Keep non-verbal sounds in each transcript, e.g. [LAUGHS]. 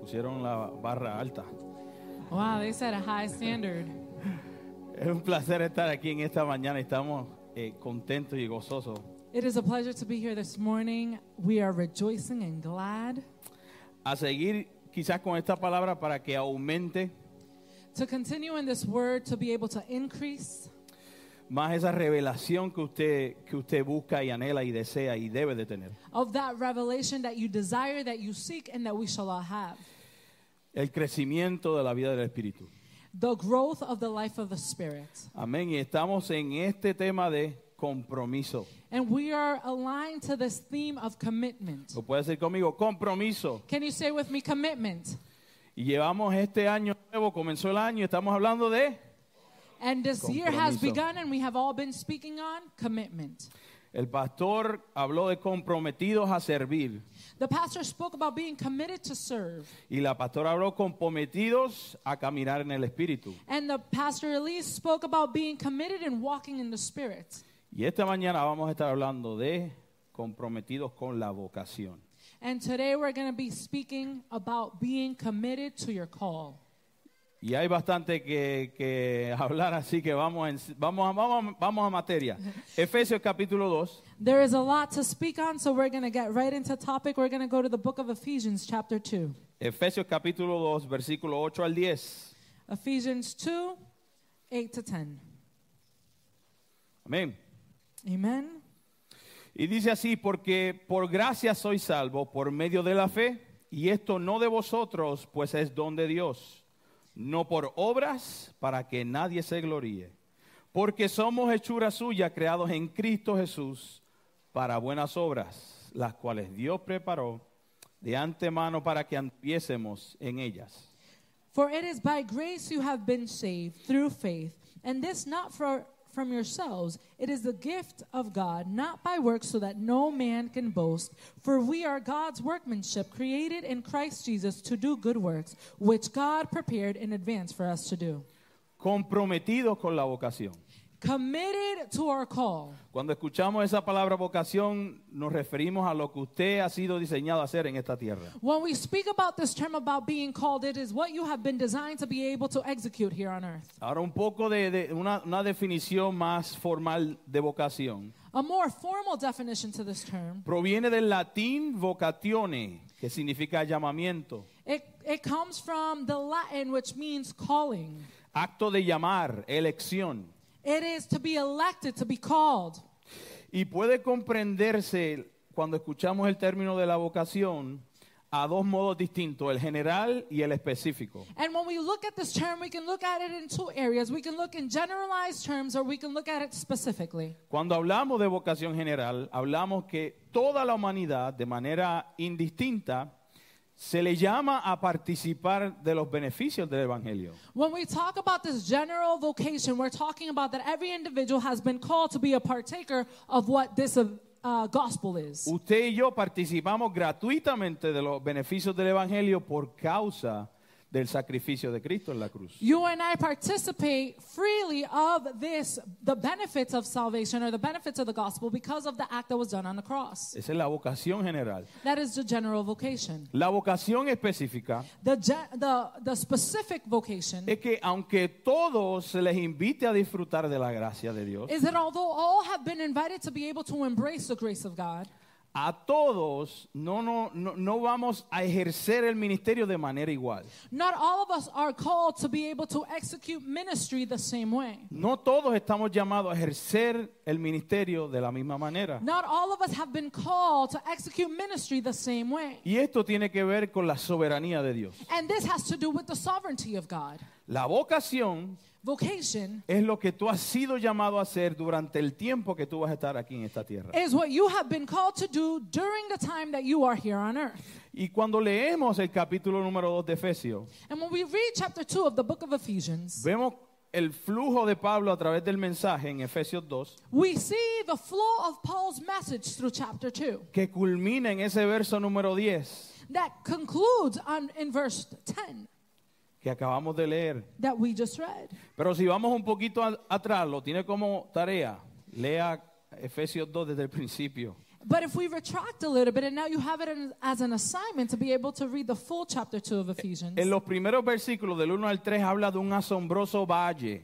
pusieron la barra alta. Wow, they set a high standard. Es un placer estar aquí en esta mañana. Estamos eh, contentos y gozosos. It is a pleasure to be here this morning. We are rejoicing and glad A seguir quizás con esta palabra para que aumente to continue in this word to be able to increase más esa revelación que usted, que usted busca y anhela y desea y debe de tener. of that revelation that you desire, that you seek, and that we shall all have. El crecimiento de la vida del Espíritu. The growth of the life of the Spirit. Amén. Y estamos en este tema de compromiso. And we are aligned to this theme of commitment. Lo puede decir conmigo, compromiso. Can you say with me commitment? Y llevamos este año nuevo, comenzó el año, y estamos hablando de And this year has Compromiso. begun, and we have all been speaking on commitment. El pastor habló de comprometidos a servir The pastor spoke about being committed to serve, y la pastora habló comprometidos a caminar en el espíritu. and the pastor Elise spoke about being committed and walking in the Spirit. Y esta mañana vamos a estar hablando de comprometidos con la vocación. And today we're going to be speaking about being committed to your call. Y hay bastante que, que hablar, así que vamos, en- vamos, a- vamos, a- vamos a materia. Efesios capítulo 2, There is a lot to speak on, so we're going to get right into topic. We're going to go to the book of Ephesians, chapter 2. Efesios capítulo 2, versículo 8 al 10. Ephesians 2, 8 to 10. Amén. Amen. Y dice así, porque por gracia sois salvo por medio de la fe, y esto no de vosotros, pues es don de Dios, no por obras para que nadie se gloríe, porque somos hechura suya, creados en Cristo Jesús, para buenas obras, las cuales Dios preparó de antemano para que anduviésemos en ellas. For it is by grace you have been saved through faith, and this not for, from yourselves. It is the gift of God, not by works, so that no man can boast. For we are God's workmanship, created in Christ Jesus to do good works, which God prepared in advance for us to do. Comprometidos con la vocación. Committed to our call. Cuando escuchamos esa palabra vocación, nos referimos a lo que usted ha sido diseñado a hacer en esta tierra. When we speak about this term about being called, it is what you have been designed to be able to execute here on earth. Ahora un poco de, de una, una definición más formal de vocación. A more formal definition to this term Proviene del latín vocatione, que significa llamamiento, It, it comes from the Latin, which means calling. acto de llamar, elección. It is to be elected, to be called. Y puede comprenderse cuando escuchamos el término de la vocación a dos modos distintos, el general y el específico. And when we look at this term, we can look at it in two areas. We can look in generalized terms or we can look at it specifically. Cuando hablamos de vocación general, hablamos que toda la humanidad, de manera indistinta, se le llama a participar de los beneficios del Evangelio. When we talk about this general vocation, we're talking about that every individual has been called to be a partaker of what this uh, uh, gospel is. Usted y yo participamos gratuitamente de los beneficios del Evangelio por causa del sacrificio de Cristo en la cruz. You and I participate freely of this, the benefits of salvation or the benefits of the gospel because of the act that was done on the cross. Esa es la vocación general. That is the general vocation. La vocación específica The, ge- the, the specific vocation es que aunque todos se les invite a disfrutar de la gracia de Dios, is that although all have been invited to be able to embrace the grace of God, a todos no, no, no, no vamos a ejercer el ministerio de manera igual. not all of us are called to be able to execute ministry the same way. No todos estamos llamados a ejercer el ministerio de la misma manera. Not all of us have been called to execute ministry the same way. Y esto tiene que ver con la soberanía de Dios. And this has to do with the sovereignty of God. La vocación Vocation es lo que tú has sido llamado a hacer durante el tiempo que tú vas a estar aquí en esta tierra. is what you have been called to do during the time that you are here on earth. Y cuando leemos el capítulo número 2 de Efesios, And when we read chapter 2 of the book of Ephesians, vemos el flujo de Pablo a través del mensaje en Efesios 2, We see the flow of Paul's message through chapter 2 que culmina en ese verso número 10 that concludes on, in verse 10 que acabamos de leer. that we just read. Pero si vamos un poquito a- atrás, lo tiene como tarea, lea Efesios 2 desde el principio. But if we retract a little bit, and now you have it in- as an assignment to be able to read the full chapter 2 of Ephesians, En los primeros versículos del 1 al 3 habla de un asombroso valle,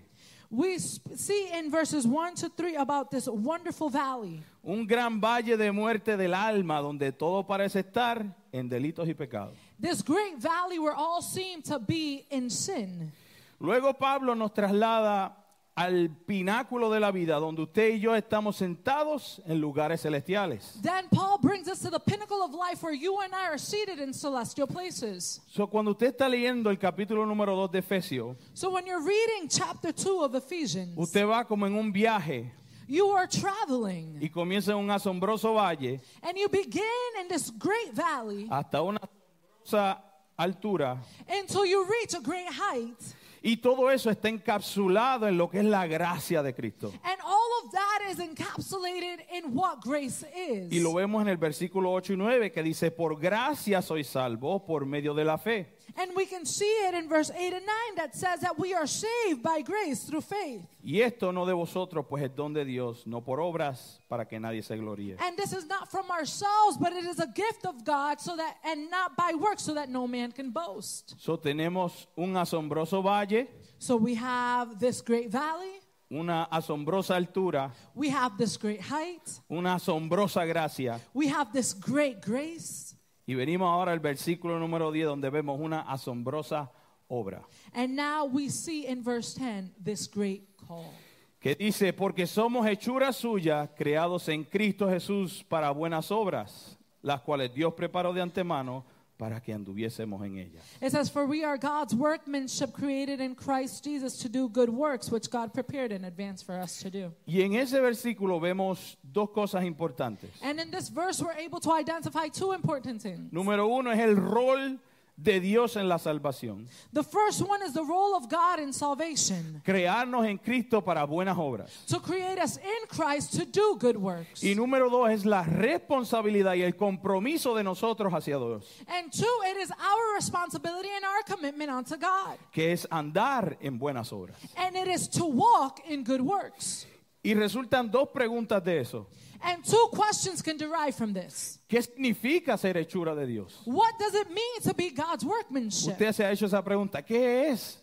we sp- see in verses 1 to 3 about this wonderful valley, un gran valle de muerte del alma donde todo parece estar en delitos y pecados. this great valley where all seem to be in sin. Luego Pablo nos traslada al pináculo de la vida donde usted y yo estamos sentados en lugares celestiales. Then Paul brings us to the pinnacle of life where you and I are seated in celestial places. So, cuando usted está leyendo el capítulo número 2 de Efesios, So when you're reading chapter 2 of Ephesians, usted va como en un viaje you are traveling y comienza en un asombroso valle and you begin in this great valley hasta una asombrosa altura until you reach a great height. y todo eso está encapsulado en lo que es la gracia de Cristo. And all of that is encapsulated in what grace is. Y lo vemos en el versículo 8 y 9 que dice, por gracia soy salvo por medio de la fe. And we can see it in verse 8 and 9 that says that we are saved by grace through faith. Y esto no de vosotros, pues es don de Dios, no por obras, para que nadie se gloríe. And this is not from ourselves, but it is a gift of God, so that and not by works, so that no man can boast. So, tenemos un asombroso valle, So we have this great valley, una asombrosa altura, we have this great height, una asombrosa gracia. we have this great grace. Y venimos ahora al versículo número 10 donde vemos una asombrosa obra And now we see in verse 10 this great call. que dice, porque somos hechura suya, creados en Cristo Jesús para buenas obras, las cuales Dios preparó de antemano para que anduviésemos en ellas. It says, For we are God's workmanship created in Christ Jesus to do good works, which God prepared in advance for us to do. Y en ese versículo vemos dos cosas importantes. And in this verse, we're able to identify two important things. Número uno es el rol de Dios en la salvación, The first one is the role of God in salvation crearnos en Cristo para buenas obras. to create us in Christ to do good works. Y número dos es la responsabilidad y el compromiso de nosotros hacia Dios. And two, it is our responsibility and our commitment unto God. que es andar en buenas obras. And it is to walk in good works. Y resultan dos preguntas de eso. And two questions can derive from this. ¿Qué significa ser hechura de Dios? What does it mean to be God's workmanship? Usted se ha hecho esa pregunta. ¿Qué es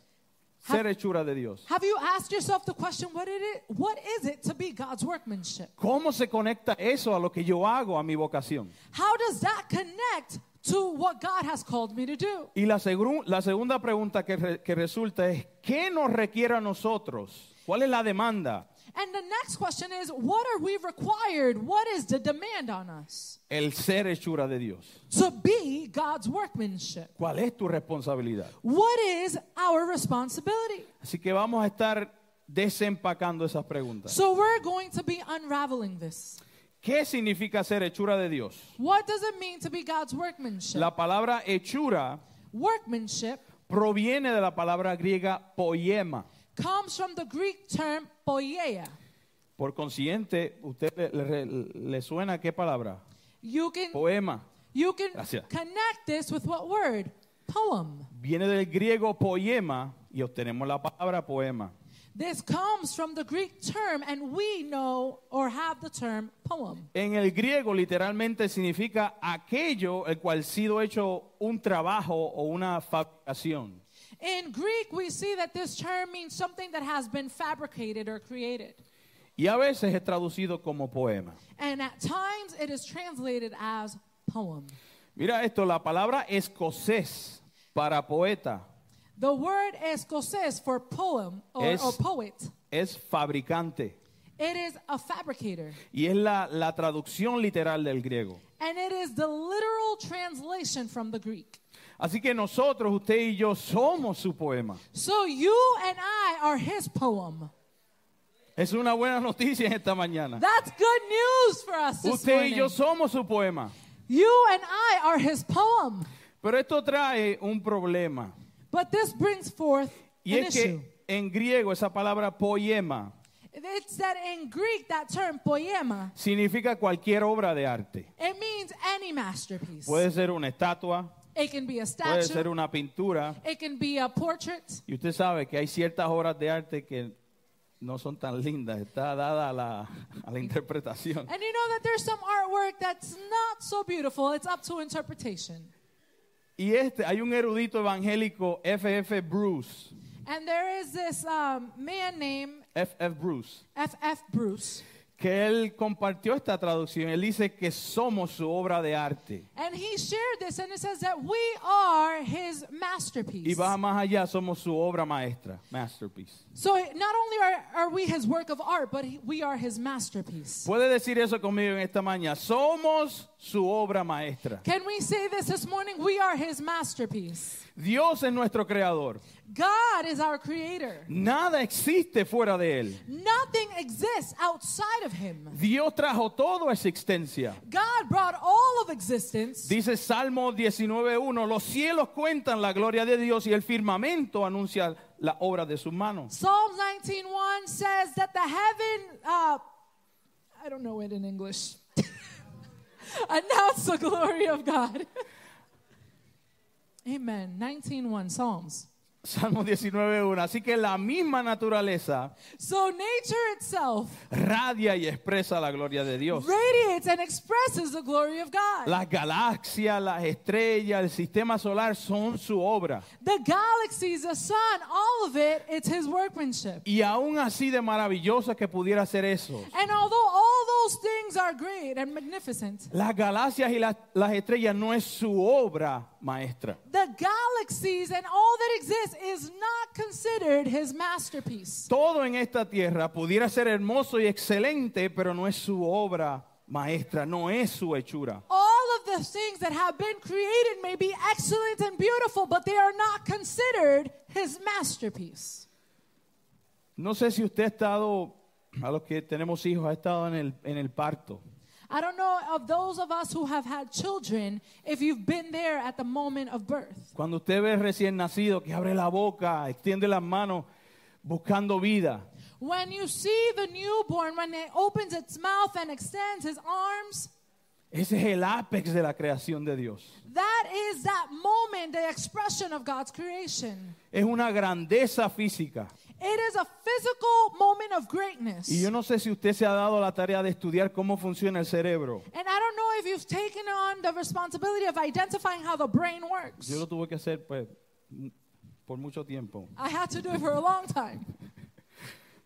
ser hechura de Dios? Have you asked yourself the question, what it is, what is it to be God's workmanship? ¿Cómo se conecta eso a lo que yo hago, a mi vocación? How does that connect to what God has called me to do? Y la, segru- la segunda pregunta que, re- que resulta es, ¿qué nos requiere a nosotros? ¿Cuál es la demanda? And the next question is, what are we required? What is the demand on us El ser hechura de Dios. to be God's workmanship? ¿Cuál es tu responsabilidad? What is our responsibility? Así que vamos a estar desempacando esas preguntas. So we're going to be unraveling this. ¿Qué significa ser hechura de Dios? What does it mean to be God's workmanship? La palabra hechura workmanship proviene de la palabra griega poema. comes from the Greek term poieia. Por consiguiente, ¿usted le, le- le suena qué palabra? You can Poema. You can Gracias. connect this with what word? Poem. Viene del griego poema y obtenemos la palabra poema. This comes from the Greek term, and we know or have the term poem. En el griego literalmente significa aquello el cual ha sido hecho un trabajo o una fabricación. In Greek, we see that this term means something that has been fabricated or created. Y a veces es traducido como poema. And at times, it is translated as poem. Mira esto, la palabra escocés para poeta The word escocés for poem or, Es- or poet, es fabricante. it is a fabricator. Y es la, la traducción literal del griego. And it is the literal translation from the Greek. Así que nosotros, usted y yo, somos su poema. So you and I are his poem. Es una buena noticia en esta mañana. That's good news for us this Usted y morning. yo somos su poema. You and I are his poem. Pero esto trae un problema. But this brings forth Y an es issue. que en griego esa palabra poema It's that in Greek, that term poema, significa cualquier obra de arte. it means any masterpiece. Puede ser una estatua, it can be a puede statue. ser una pintura. It can be a portrait. Y usted sabe que hay ciertas obras de arte que no son tan lindas, está dada a la, a la interpretación. And you know that there's some artwork that's not so beautiful. It's up to interpretation. Y este, hay un erudito evangélico, F.F. Bruce, And there is this um, man named F.F. Bruce, F.F. Bruce, que él compartió esta traducción. Él dice que somos su obra de arte. and he shared this, and it says that we are his Y masterpiece. va más allá, somos su obra maestra, masterpiece. So not only are, are we his work of art, but he- we are his masterpiece. Puede decir eso conmigo en esta mañana. Somos su obra maestra. Can we say this this morning? We are his masterpiece. Dios es nuestro creador. God is our creator. Nada existe fuera de él. Nothing exists outside of him. Dios trajo todo a existencia. God brought all of existence. Dice Salmo 19.1, los cielos cuentan la gloria de Dios y el firmamento anuncia la obra de sus manos. Psalm 19:1 says that the heaven uh, I don't know it in English. [LAUGHS] Announce the glory of God. [LAUGHS] Amen. 19:1 Psalms. Salmo 19.1, así que la misma naturaleza So nature itself radia y expresa la gloria de Dios. radiates and expresses the glory of God. Las galaxias, las estrellas, el sistema solar son su obra. The galaxies, the sun, all of it, it's his workmanship. Y aún así de maravillosa que pudiera ser eso. And although all those things are great and magnificent, Las galaxias y las, las estrellas no es su obra maestra. the galaxies and all that exists is not considered his masterpiece. Todo en esta tierra pudiera ser hermoso y excelente, pero no es su obra maestra, no es su hechura. All of the things that have been created may be excellent and beautiful, but they are not considered his masterpiece. No sé si usted ha estado, a los que tenemos hijos, ha estado en el, en el parto. I don't know of those of us who have had children if you've been there at the moment of birth. Cuando usted ve recién nacido que abre la boca, extiende las manos buscando vida, When you see the newborn, when it opens its mouth and extends his arms, ese es el ápex de la creación de Dios. that is that moment, the expression of God's creation. Es una grandeza física. It is a physical moment of greatness. Y yo no sé si usted se ha dado la tarea de estudiar cómo funciona el cerebro. and I don't know if you've taken on the responsibility of identifying how the brain works. Yo lo tuve que hacer pues, m- por mucho tiempo. I had to do it for a long time.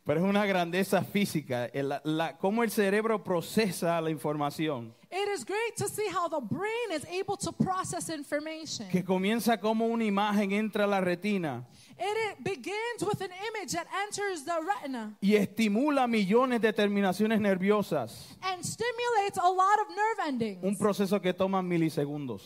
Pero es una grandeza física, el- la- la- cómo el cerebro procesa la información, It is great to see how the brain is able to process information. que comienza como una imagen entra a la retina It, it begins with an image that enters the retina y estimula millones de terminaciones nerviosas, and stimulates a lot of un nerve endings, proceso que toma milisegundos.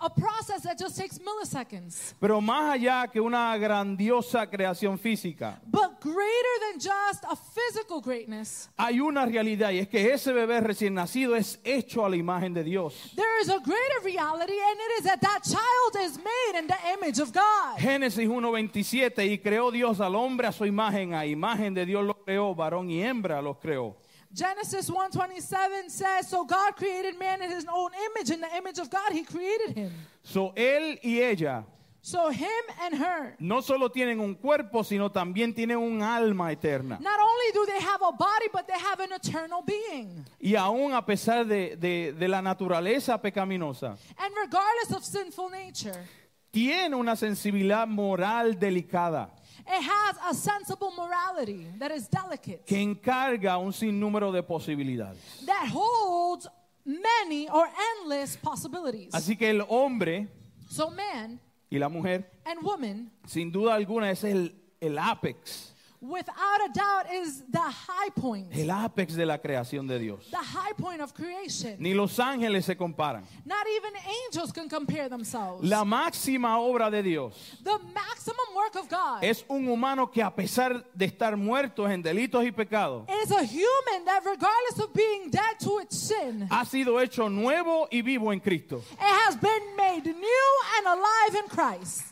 a process that just takes milliseconds. Pero más allá que una grandiosa creación física, But greater than just a physical greatness, hay una realidad y es que ese bebé recién nacido es hecho a la imagen de Dios. there is a greater reality, and it is that that child is made in the image of God. Génesis 1:27 y creó Dios al hombre a su imagen, a imagen de Dios lo creó, varón y hembra los creó. Genesis 1:27 says, "So God created man in his own image, in the image of God he created him." So él y ella So him and her, no solo tienen un cuerpo, sino también tienen un alma eterna. not only do they have a body, but they have an eternal being. Y aún a pesar de, de- de la naturaleza pecaminosa, And regardless of sinful nature, tiene una sensibilidad moral delicada it has a sensible morality that is delicate, que encarga un sinnúmero de posibilidades. that holds many or endless possibilities. Así que el hombre So man y la mujer, and woman, sin duda alguna, es el, el ápex, without a doubt, is the high point, el ápex de la creación de Dios. the high point of creation. Ni los ángeles se comparan. Not even angels can compare themselves. La máxima obra de Dios The maximum work of God es un humano que a pesar de estar muertos en delitos y pecados, is a human that, regardless of being dead to its sin, ha sido hecho nuevo y vivo en Cristo. It has been made new and alive in Christ.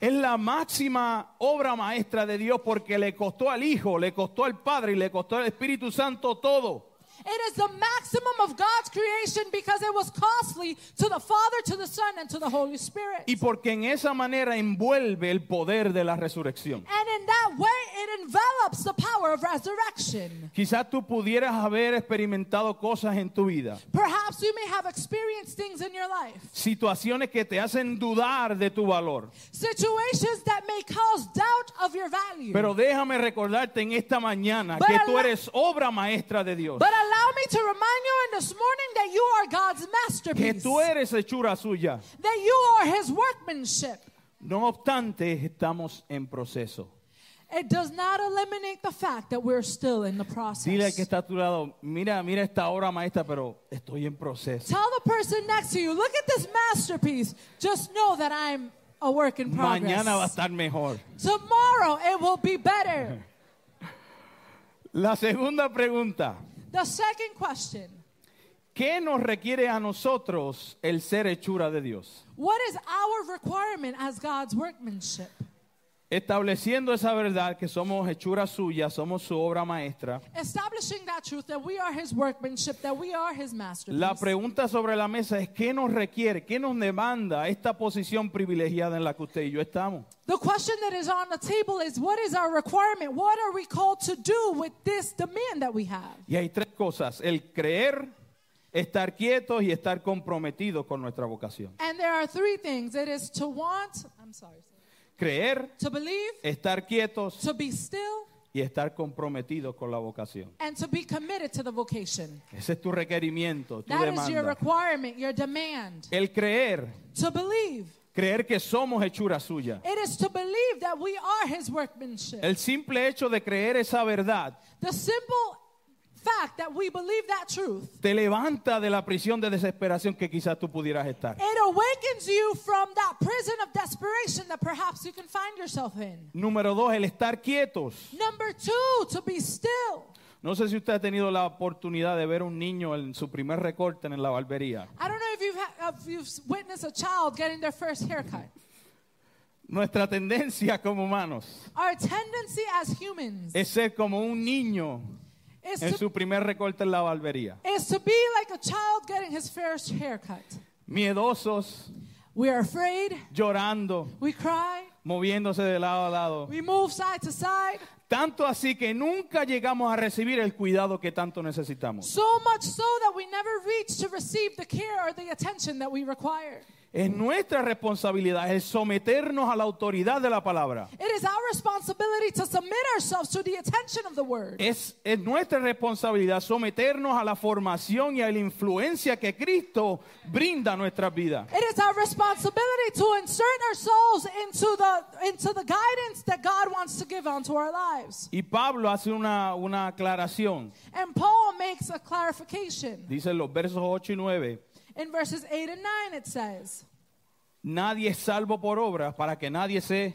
Es la máxima obra maestra de Dios porque le costó al Hijo, le costó al Padre y le costó al Espíritu Santo todo. It is the maximum of God's creation because it was costly to the Father, to the Son, and to the Holy Spirit. y porque en esa manera envuelve el poder de la resurrección. And in that way, it envelops the power of resurrection. Quizás tú pudieras haber experimentado cosas en tu vida, Perhaps you may have experienced things in your life, situaciones que te hacen dudar de tu valor. situations that may cause doubt of your value. Pero déjame recordarte en esta mañana que tú eres obra maestra de Dios, but allow me to remind you in this morning that you are God's que masterpiece, tú eres hechura suya. that you are His workmanship. No obstante, estamos en proceso. It does not eliminate the fact that we're still in the process. Dile al que está a tu lado, mira, mira esta obra maestra, pero estoy en proceso. Tell the person next to you, look at this masterpiece. Just know that I'm a work in progress. Mañana va a estar mejor. Tomorrow it will be better. La segunda pregunta, The second question ¿qué nos requiere a nosotros el ser hechura de Dios? What is our requirement as God's workmanship? Estableciendo esa verdad que somos hechura suya, somos su obra maestra, Establishing that truth that we are His workmanship, that we are His masterpiece. la pregunta sobre la mesa es ¿qué nos requiere, qué nos demanda esta posición privilegiada en la que usted y yo estamos? the question that is on the table is what is our requirement? What are we called to do with this demand that we have? Y hay tres cosas, el creer, estar quietos y estar comprometidos con nuestra vocación. And there are three things it is to want, I'm sorry, Creer, to believe, estar quietos to be still, y estar comprometidos con la vocación. and to be committed to the vocation. Ese es tu requerimiento, tu That is your demanda. requirement, your demand. El creer, To believe, creer que somos hechura suya. it is to believe that we are His workmanship. El simple hecho de creer esa verdad The simple fact that we believe that truth, te levanta de la prisión de desesperación que quizás tú pudieras estar. it awakens you from that prison of desperation that perhaps you can find yourself in. Número dos, el estar quietos. Number two, to be still. No sé si usted ha tenido la oportunidad de ver un niño en su primer recorte en la barbería. I don't know if you've, ha- if you've witnessed a child getting their first haircut. Nuestra tendencia como humanos Our tendency as humans es ser como un niño is en to, su primer recorte en la barbería. is to be like a child getting his first haircut. Miedosos, We are afraid, llorando, we cry, moviéndose de lado a lado. we move side to side, Tanto así que nunca llegamos a recibir el cuidado que tanto necesitamos. so much so that we never reach to receive the care or the attention that we require. Es nuestra responsabilidad el someternos a la autoridad de la palabra. It is our responsibility to submit ourselves to the attention of the word. Es, es nuestra responsabilidad someternos a la formación y a la influencia que Cristo brinda a nuestras vidas. It is our responsibility to insert ourselves into the into the guidance that God wants to give onto our lives. Y Pablo hace una, una aclaración. And Paul makes a clarification. Dice en los versos 8 y 9, In verses 8 and 9 it says, nadie es salvo por obras para que nadie se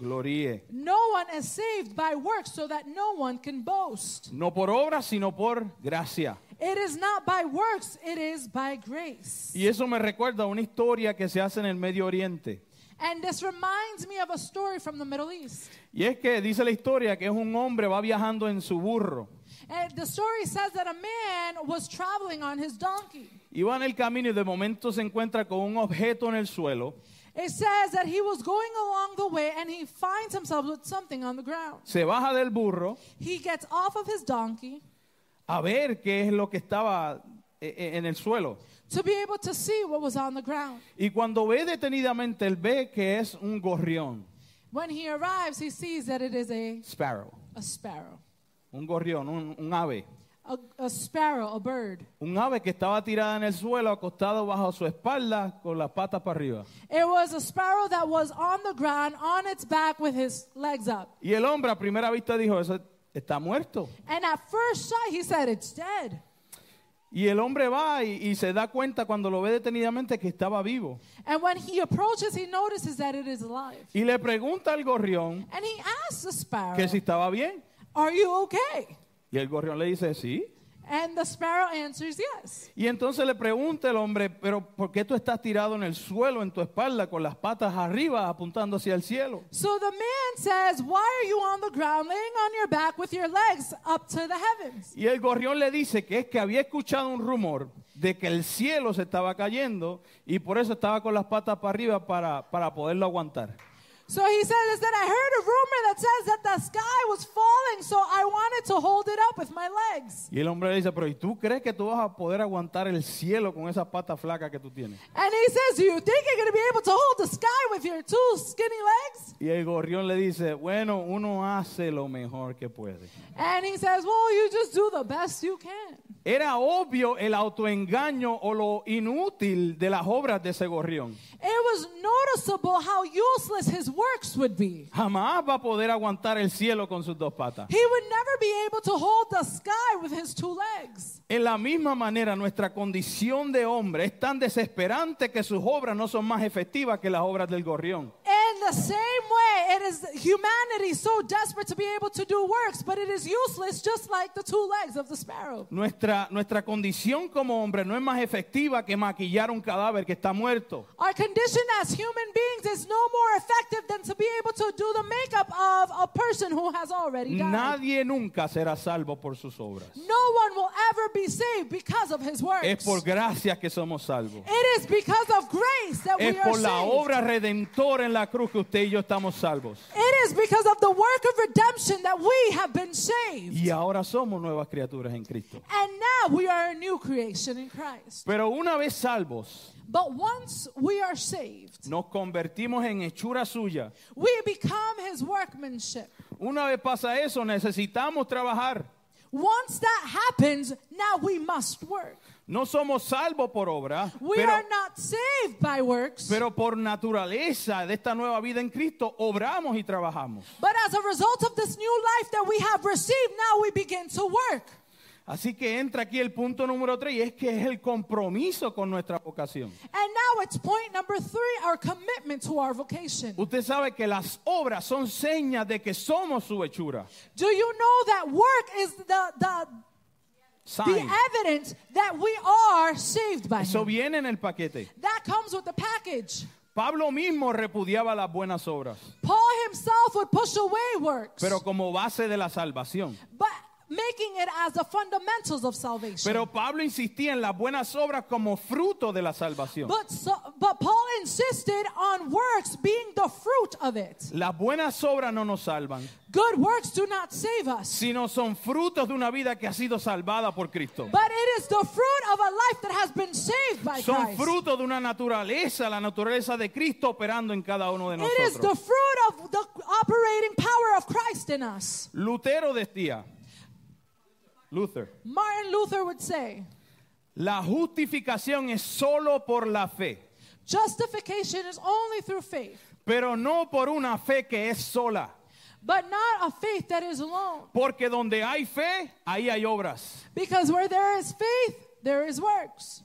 gloríe. "No one is saved by works so that no one can boast. No por obras, sino por gracia. It is not by works, it is by grace." Y eso me recuerda a una historia que se hace en el Medio Oriente. And this reminds me of a story from the Middle East. Y es que dice la historia que es un hombre va viajando en su burro. And the story says that a man was traveling on his donkey. Y va en el camino y de momento se encuentra con un objeto en el suelo. It says that he was going along the way and he finds himself with something on the ground. Se baja del burro He gets off of his donkey a ver qué es lo que estaba eh, eh, en el suelo. to be able to see what was on the ground. Y cuando ve detenidamente, él ve que es un gorrión, When he arrives, he sees that it is a, sparrow, a sparrow, un gorrión, un, un ave. a, a sparrow, a bird. Un ave que estaba tirada en el suelo, acostado bajo su espalda, con las patas para arriba. It was a sparrow that was on the ground on its back with his legs up. Y el hombre a primera vista dijo, eso está muerto. And at first sight, he said, It's dead. Y el hombre va y, y se da cuenta cuando lo ve detenidamente que estaba vivo. And when he approaches, he notices that it is alive. Y le pregunta al gorrión And he asks the sparrow, que si estaba bien. Are you okay? Y el gorrión le dice, sí. And the sparrow answers, Yes. Y entonces le pregunta el hombre, pero ¿por qué tú estás tirado en el suelo, en tu espalda, con las patas arriba, apuntando hacia el cielo? So the man says, Why are you on the ground, laying on your back with your legs up to the heavens? Y el gorrión le dice que es que había escuchado un rumor de que el cielo se estaba cayendo y por eso estaba con las patas para arriba para, para poderlo aguantar. So he says, is that I heard a rumor that says that the sky was falling, so I wanted to hold it up with my legs. Y el hombre le dice, pero ¿y tú crees que tú vas a poder aguantar el cielo con esas patas flacas que tú tienes? And he says, Do you think you're going to be able to hold the sky with your two skinny legs? Y el gorrión le dice, bueno, uno hace lo mejor que puede. And he says, Well, you just do the best you can. Era obvio el autoengaño o lo inútil de las obras de ese gorrión. It was noticeable how useless his works would be. Jamás va a poder aguantar el cielo con sus dos patas. He would never be able to hold the sky with his two legs. En la misma manera, nuestra condición de hombre es tan desesperante que sus obras no son más efectivas que las obras del gorrión. In the same way, it is humanity so desperate to be able to do works, but it is useless, just like the two legs of the sparrow. Nuestra, nuestra condición como hombre no es más efectiva que maquillar un cadáver que está muerto. Our condition as human beings is no more effective than to be able to do the makeup of a person who has already died. Nadie nunca será salvo por sus obras. No one will ever be saved because of his Es works. por gracia que somos salvos. It is because of grace that Es we are por la saved. obra redentora en la cruz que usted y yo estamos salvos. It is because of the work of redemption that we have been saved. Y ahora somos nuevas criaturas en Cristo. And now we are a new creation in Christ. Pero una vez salvos, But once we are saved, nos convertimos en hechura suya. we become his workmanship. Una vez pasa eso, necesitamos trabajar. Once that happens, now we must work. No somos salvos por obra, We pero, are not saved by works. pero por naturaleza de esta nueva vida en Cristo, obramos y trabajamos. But as a result of this new life that we have received, now we begin to work. Así que entra aquí el punto número tres y es que es el compromiso con nuestra vocación. And now it's point number three our commitment to our vocation. Usted sabe que las obras son señas de que somos su hechura. Do you know that work is the, the, Sign. the evidence that we are saved by Eso Him? viene en el paquete. That comes with the package. Pablo mismo repudiaba las buenas obras, Paul himself would push away works, pero como base de la salvación. but making it as the fundamentals of salvation. Pero Pablo insistía en las buenas obras como fruto de la salvación. but, so, but Paul insisted on works being the fruit of it. Las buenas obras no nos salvan, Good works do not save us. sino son frutos de una vida que ha sido salvada por Cristo. But it is the fruit of a life that has been saved by Son Christ. frutos de una naturaleza, la naturaleza de Cristo operando en cada uno de It is the nosotros. fruit of the operating power of Christ in us. Lutero decía, Luther, Martin Luther would say, la justificación es solo por la fe, justification is only through faith, pero no por una fe que es sola. but not a faith that is alone. Porque donde hay fe, ahí hay obras. Because where there is faith, there is works.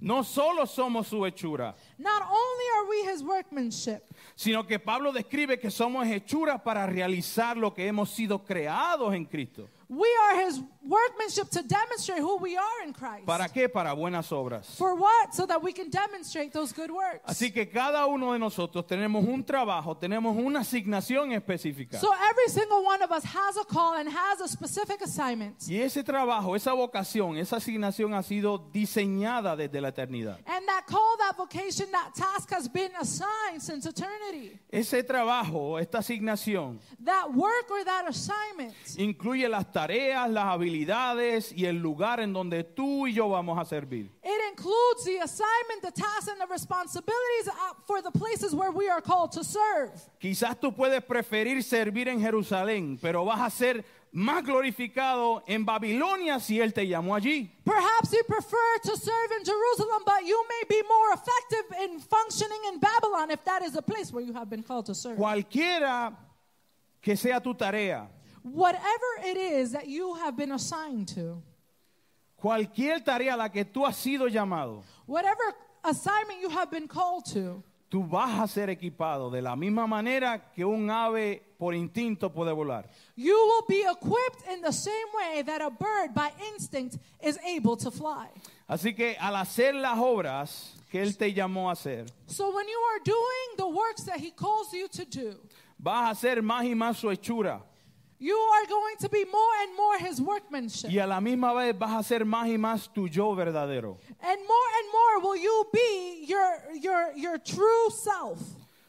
No solo somos su hechura, Not only are we his workmanship, sino que Pablo describe que somos hechuras para realizar lo que hemos sido creados en Cristo. we are his workmanship to demonstrate who we are in Christ. ¿Para qué? Para buenas obras. For what? So that we can demonstrate those good works. Así que cada uno de nosotros tenemos un trabajo, tenemos una asignación específica. So every single one of us has a call and has a specific assignment. Y ese trabajo, esa vocación, esa asignación ha sido diseñada desde la eternidad. And that call, that vocation, that task has been assigned since eternity. Ese trabajo, esta asignación, That work or that assignment incluye las tareas, las habilidades y el lugar en donde tú y yo vamos a servir. it includes the assignment, the tasks, and the responsibilities uh, for the places where we are called to serve. Quizás tú puedes preferir servir en Jerusalén, pero vas a ser más glorificado en Babilonia si Él te llamó allí. Perhaps you prefer to serve in Jerusalem, but you may be more effective in functioning in Babylon if that is the place where you have been called to serve. Cualquiera que sea tu tarea, Whatever it is that you have been assigned to. cualquier tarea a la que tú has sido llamado, Whatever assignment you have been called to, tú vas a ser equipado de la misma manera que un ave por instinto puede volar. You will be equipped in the same way that a bird by instinct is able to fly. Así que al hacer las obras que Él te llamó a hacer, So when you are doing the works that he calls you to do, vas a hacer más y más su hechura. you are going to be more and more his workmanship. Y a la misma vez vas a ser más y más tu yo verdadero. And more and more will you be your your your true self.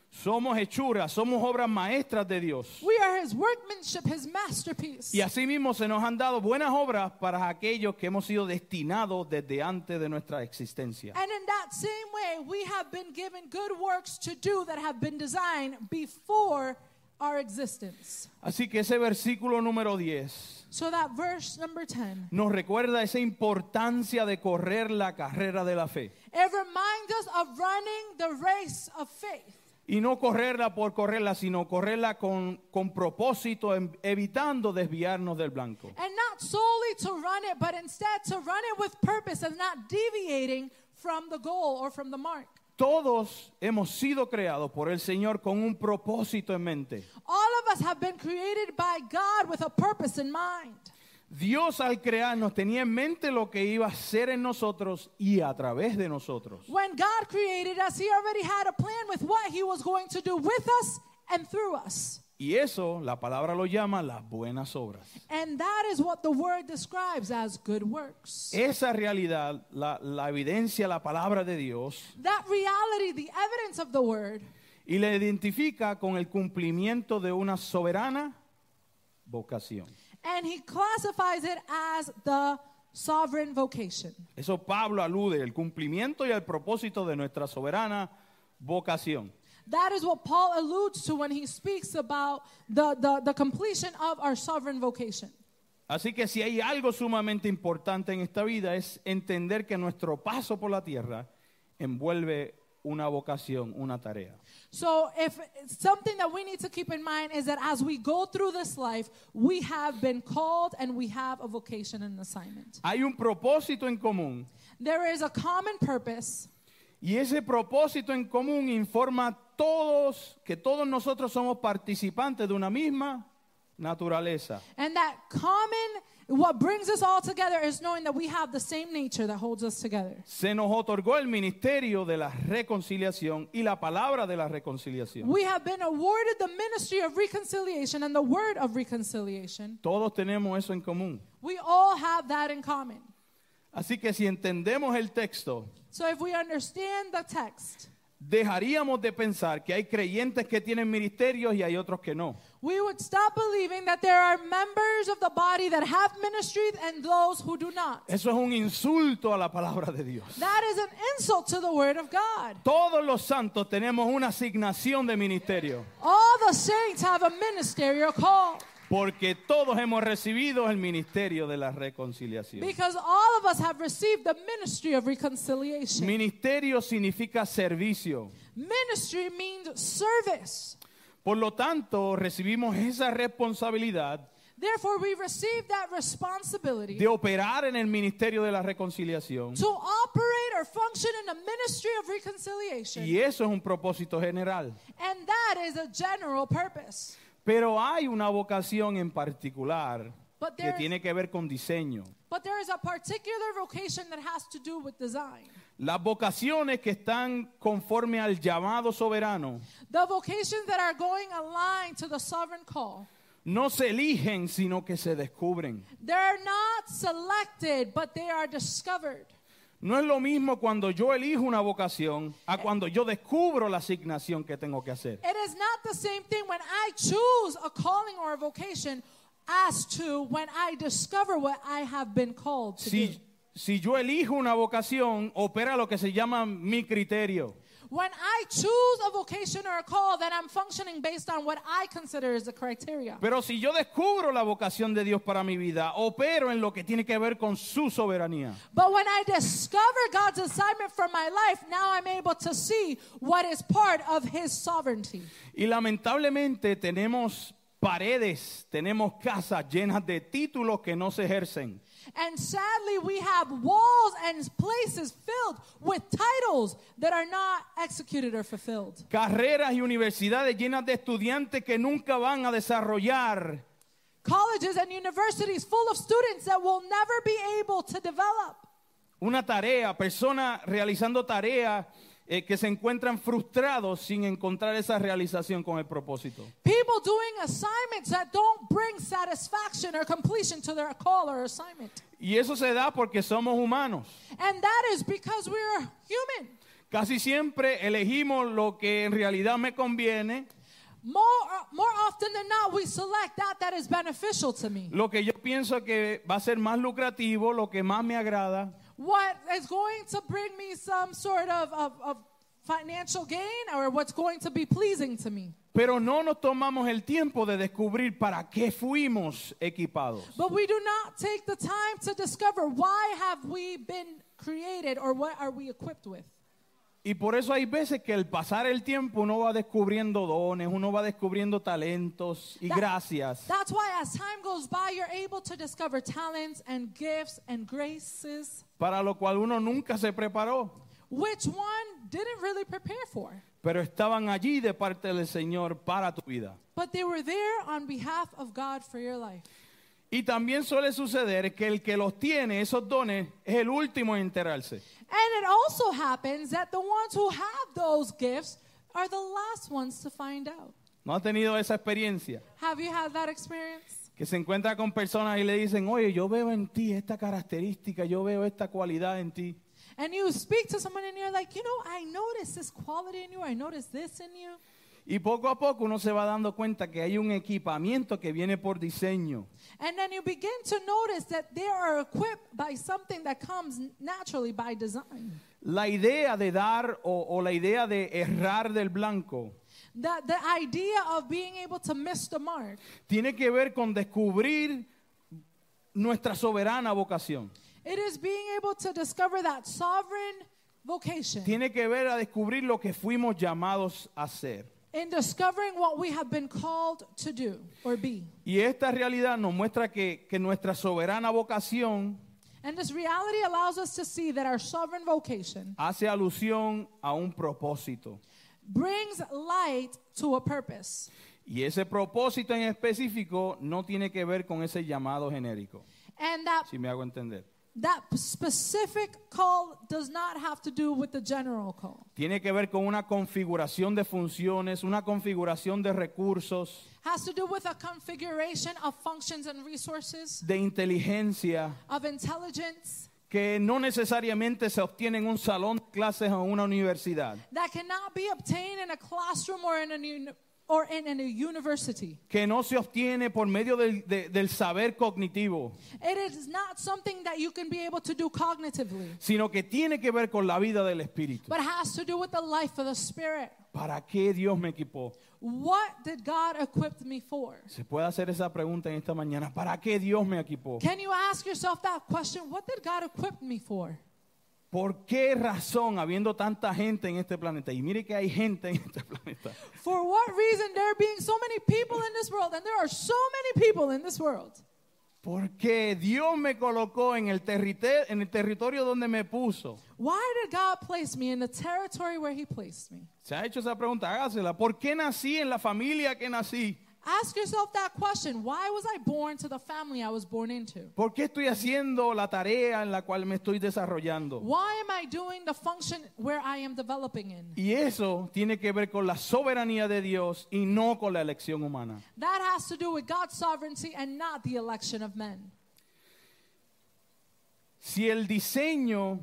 Somos hechuras, somos obras maestras de Dios. We are his workmanship, his masterpiece. Y asimismo se nos han dado buenas obras para aquellos que hemos sido destinados desde antes de nuestra existencia. And in that same way, we have been given good works to do that have been designed before our existence. Así que ese versículo número 10 So that verse number 10, nos recuerda esa importancia de correr la carrera de la fe. it reminds us of running the race of faith. Y no correrla por correrla, sino correrla con, con propósito, en- evitando desviarnos del blanco. And not solely to run it, but instead to run it with purpose and not deviating from the goal or from the mark. Todos hemos sido creados por el Señor con un propósito en mente. All of us have been created by God with a purpose in mind. Dios al crearnos tenía en mente lo que iba a ser en nosotros y a través de nosotros. When God created us, He already had a plan with what He was going to do with us and through us. Y eso la palabra lo llama las buenas obras. And that is what the word describes as good works. Esa realidad, la, la evidencia, la palabra de Dios That reality, the evidence of the word, y la identifica con el cumplimiento de una soberana vocación. and he classifies it as the sovereign vocation. Eso Pablo alude, el cumplimiento y al propósito de nuestra soberana vocación. That is what Paul alludes to when he speaks about the, the, the completion of our sovereign vocation. Así que si hay algo sumamente importante en esta vida es entender que nuestro paso por la tierra envuelve una vocación, una tarea. So, if something that we need to keep in mind is that as we go through this life, we have been called and we have a vocation and assignment. Hay un propósito en común There is a common purpose y ese propósito en común informa a todos que todos nosotros somos participantes de una misma naturaleza. And that common, what brings us all together is knowing that we have the same nature that holds us together. Se nos otorgó el ministerio de la reconciliación y la palabra de la reconciliación. We have been awarded the ministry of reconciliation and the word of reconciliation. Todos tenemos eso en común. We all have that in common. Así que si entendemos el texto, So if we understand the text, dejaríamos de pensar que hay creyentes que tienen ministerios y hay otros que no. we would stop believing that there are members of the body that have ministry and those who do not. Eso es un insulto a la palabra de Dios. That is an insult to the word of God. Todos los santos tenemos una asignación de ministerio, All the saints have a ministerial call. porque todos hemos recibido el ministerio de la reconciliación. Because all of us have received the ministry of reconciliation. Ministerio significa servicio. ministry means service. Por lo tanto, recibimos esa responsabilidad Therefore, we receive that responsibility de operar en el ministerio de la reconciliación. to operate or function in the ministry of reconciliation. Y eso es un propósito general. And that is a general purpose. Pero hay una vocación en particular But que there's- tiene que ver con diseño. But there is a particular vocation that has to do with design. Las vocaciones que están conforme al llamado soberano The vocations that are going aligned to the sovereign call. no se eligen, sino que se descubren. They're not selected, but they are discovered. No es lo mismo cuando yo elijo una vocación a cuando yo descubro la asignación que tengo que hacer. It is not the same thing when I choose a calling or a vocation as to when I discover what I have been called to do. Si, si yo elijo una vocación, opera lo que se llama mi criterio. When I choose a vocation or a call, then I'm functioning based on what I consider is the criteria. Pero si yo descubro la vocación de Dios para mi vida, opero en lo que tiene que ver con su soberanía. But when I discover God's assignment for my life, now I'm able to see what is part of His sovereignty. Y lamentablemente tenemos paredes, tenemos casas llenas de títulos que no se ejercen. And sadly, we have walls and places filled with titles that are not executed or fulfilled. Carreras y universidades llenas de estudiantes que nunca van a desarrollar Colleges and universities full of students that will never be able to develop. una tarea, personas realizando tareas eh, que se encuentran frustrados sin encontrar esa realización con el propósito. People doing assignments that don't bring satisfaction or completion to their call or assignment. Y eso se da porque somos humanos. And that is because we are human. Casi siempre elegimos lo que en realidad me conviene, More, more often than not, we select that that is beneficial to me. lo que yo pienso que va a ser más lucrativo, lo que más me agrada. What is going to bring me some sort of, of, of financial gain or what's going to be pleasing to me. Pero no nos tomamos el tiempo de descubrir para qué fuimos equipados. But we do not take the time to discover why have we been created or what are we equipped with. Y por eso hay veces que al pasar el tiempo uno va descubriendo dones, uno va descubriendo talentos y That- gracias. That's why as time goes by, you're able to discover talents and gifts and graces, para lo cual uno nunca se preparó, which one didn't really prepare for. pero estaban allí de parte del Señor para tu vida. But they were there on behalf of God for your life. Y también suele suceder que el que los tiene, esos dones, es el último en enterarse. And it also happens that the ones who have those gifts are the last ones to find out. ¿No ha tenido esa experiencia? Have you had that experience? Que se encuentra con personas y le dicen, oye, yo veo en ti esta característica, yo veo esta cualidad en ti. And you speak to someone and you're like, you know, I noticed this quality in you, I noticed this in you. Y poco a poco uno se va dando cuenta que hay un equipamiento que viene por diseño. And then you begin to notice that they are equipped by something that comes naturally by design. La idea de dar o, o la idea de errar del blanco That the idea of being able to miss the mark, tiene que ver con descubrir nuestra soberana vocación. it is being able to discover that sovereign vocation. Tiene que ver a descubrir lo que fuimos llamados a ser. in discovering what we have been called to do or be. Y esta realidad nos muestra que, que nuestra soberana vocación And this reality allows us to see that our sovereign vocation hace alusión a un propósito. brings light to a purpose. Y ese propósito en específico no tiene que ver con ese llamado genérico, And that, si me hago entender. that specific call does not have to do with the general call. Tiene que ver con una configuración de funciones, una configuración de recursos, Has to do with a configuration of functions and resources, de inteligencia, of intelligence que no necesariamente se obtiene en un salón de clases o en una universidad, that cannot be obtained in a classroom or in a uni- or in a university. que no se obtiene por medio del, de- del saber cognitivo, It is not something that you can be able to do cognitively. sino que tiene que ver con la vida del Espíritu. but has to do with the life of the spirit. ¿Para qué Dios me equipó? What did God equip me for? Se puede hacer esa pregunta en esta mañana. ¿Para qué Dios me equipó? Can you ask yourself that question? What did God equip me for? ¿Por qué razón habiendo tanta gente en este planeta? Y mire que hay gente en este [LAUGHS] planeta. For what reason there being so many people in this world and there are so many people in this world? Porque Dios me colocó en el, territe- en el territorio donde me puso. Why did God place me in the territory where he placed me? Se ha hecho esa pregunta, hágasela. ¿Por qué nací en la familia que nací? Ask yourself that question. Why was I born to the family I was born into? ¿Por qué estoy haciendo la tarea en la cual me estoy desarrollando? Why am I doing the function where I am developing in? Y eso tiene que ver con la soberanía de Dios y no con la elección humana. That has to do with God's sovereignty and not the election of men. Si el diseño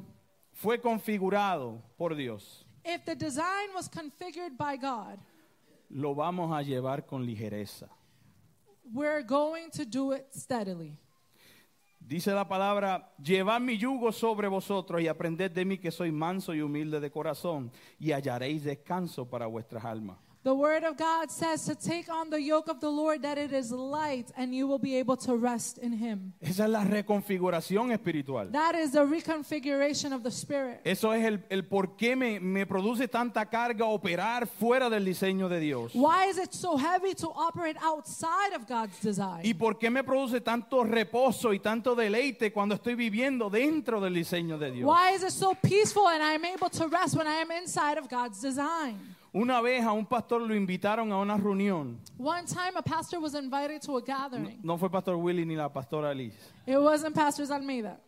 fue configurado por Dios, If the design was configured by God, lo vamos a llevar con ligereza. we're going to do it steadily. Dice la palabra, llevad mi yugo sobre vosotros y aprended de mí que soy manso y humilde de corazón y hallaréis descanso para vuestras almas. The word of God says to take on the yoke of the Lord that it is light and you will be able to rest in him. Esa es la reconfiguración espiritual. That is the reconfiguration of the spirit. Eso es el, el por qué me, me produce tanta carga operar fuera del diseño de Dios. Why is it so heavy to operate outside of God's design? ¿Y por qué me produce tanto reposo y tanto deleite cuando estoy viviendo dentro del diseño de Dios? Why is it so peaceful and I'm able to rest when I am inside of God's design? Una vez a un pastor lo invitaron a una reunión. One time a pastor was invited to a gathering. No fue Pastor Willy ni la pastora Liz. It wasn't Pastor Almeida.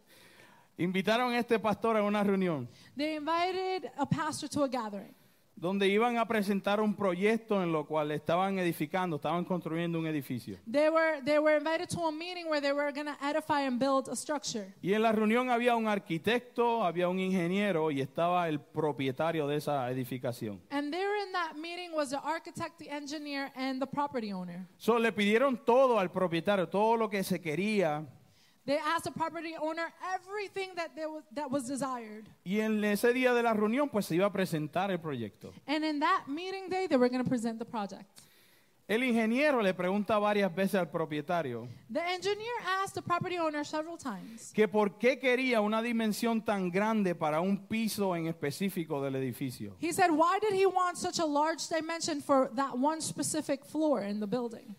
Invitaron a este pastor a una reunión They invited a pastor to a gathering donde iban a presentar un proyecto en lo cual estaban edificando, estaban construyendo un edificio. They were they were invited to a meeting where they were going to edify and build a structure. Y en la reunión había un arquitecto, había un ingeniero y estaba el propietario de esa edificación. And there in that meeting was the architect, the engineer, and the property owner. So, le pidieron todo al propietario, todo lo que se quería. They asked the property owner everything that there was, that was desired. Y en ese día de la reunión, pues se iba a presentar el proyecto. And in that meeting day, they were going to present the project. El ingeniero le pregunta varias veces al propietario The engineer asked the property owner several times que por qué quería una dimensión tan grande para un piso en específico del edificio. He said, Why did he want such a large dimension for that one specific floor in the building?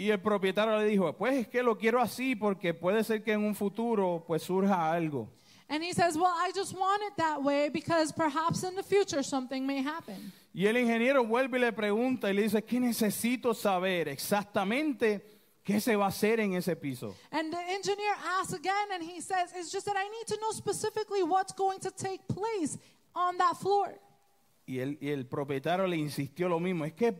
Y el propietario le dijo, pues es que lo quiero así porque puede ser que en un futuro pues surja algo. And he says, Well, I just want it that way because perhaps in the future something may happen. Y el ingeniero vuelve y le pregunta y le dice, es que necesito saber exactamente qué se va a hacer en ese piso. And the engineer asks again, and he says, It's just that I need to know specifically what's going to take place on that floor. Y el, y el propietario le insistió lo mismo, es que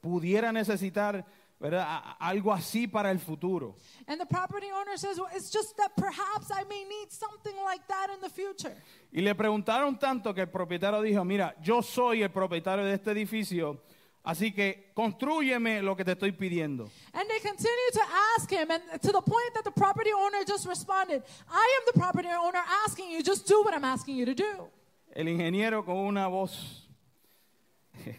pudiera necesitar ¿verdad? A- a- algo así para el futuro. And the property owner says, Well, it's just that perhaps I may need something like that in the future. Y le preguntaron tanto que el propietario dijo, mira, yo soy el propietario de este edificio, así que construyeme lo que te estoy pidiendo. And they continue to ask him, and to the point that the property owner just responded, I am the property owner asking you, just do what I'm asking you to do. El ingeniero con una voz [LAUGHS]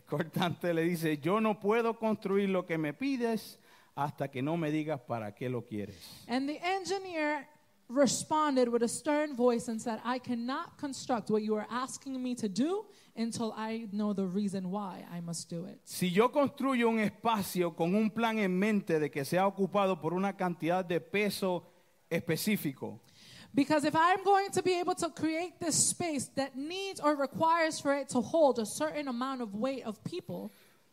cortante le dice, yo no puedo construir lo que me pides hasta que no me digas para qué lo quieres. And the engineer responded with a stern voice and said, I cannot construct what you are asking me to do until I know the reason why I must do it. Si yo construyo un espacio con un plan en mente de que sea ocupado por una cantidad de peso específico, Because if I'm going to be able to create this space that needs or requires for it to hold a certain amount of weight of people,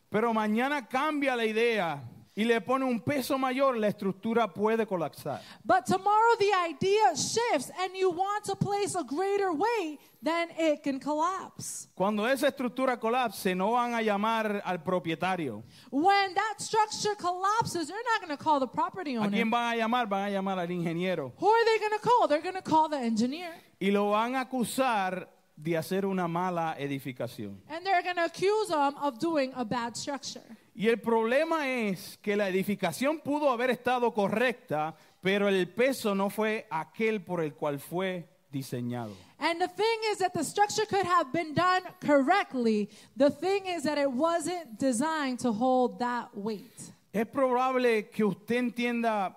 Pero mañana cambia la idea y le pone un peso mayor, la estructura puede colapsar. but tomorrow the idea shifts and you want to place a greater weight, then it can collapse. Cuando esa estructura colapse, no van a llamar al propietario. When that structure collapses, you're not going to call the property ¿A owner. quién van a llamar? Van a llamar al ingeniero. Who are they going to call? They're going to call the engineer. Y lo van a acusar de hacer una mala edificación. And they're going to accuse them of doing a bad structure. Y el problema es que la edificación pudo haber estado correcta, pero el peso no fue aquel por el cual fue diseñado. And the thing is that the structure could have been done correctly. The thing is that it wasn't designed to hold that weight. Es probable que usted entienda,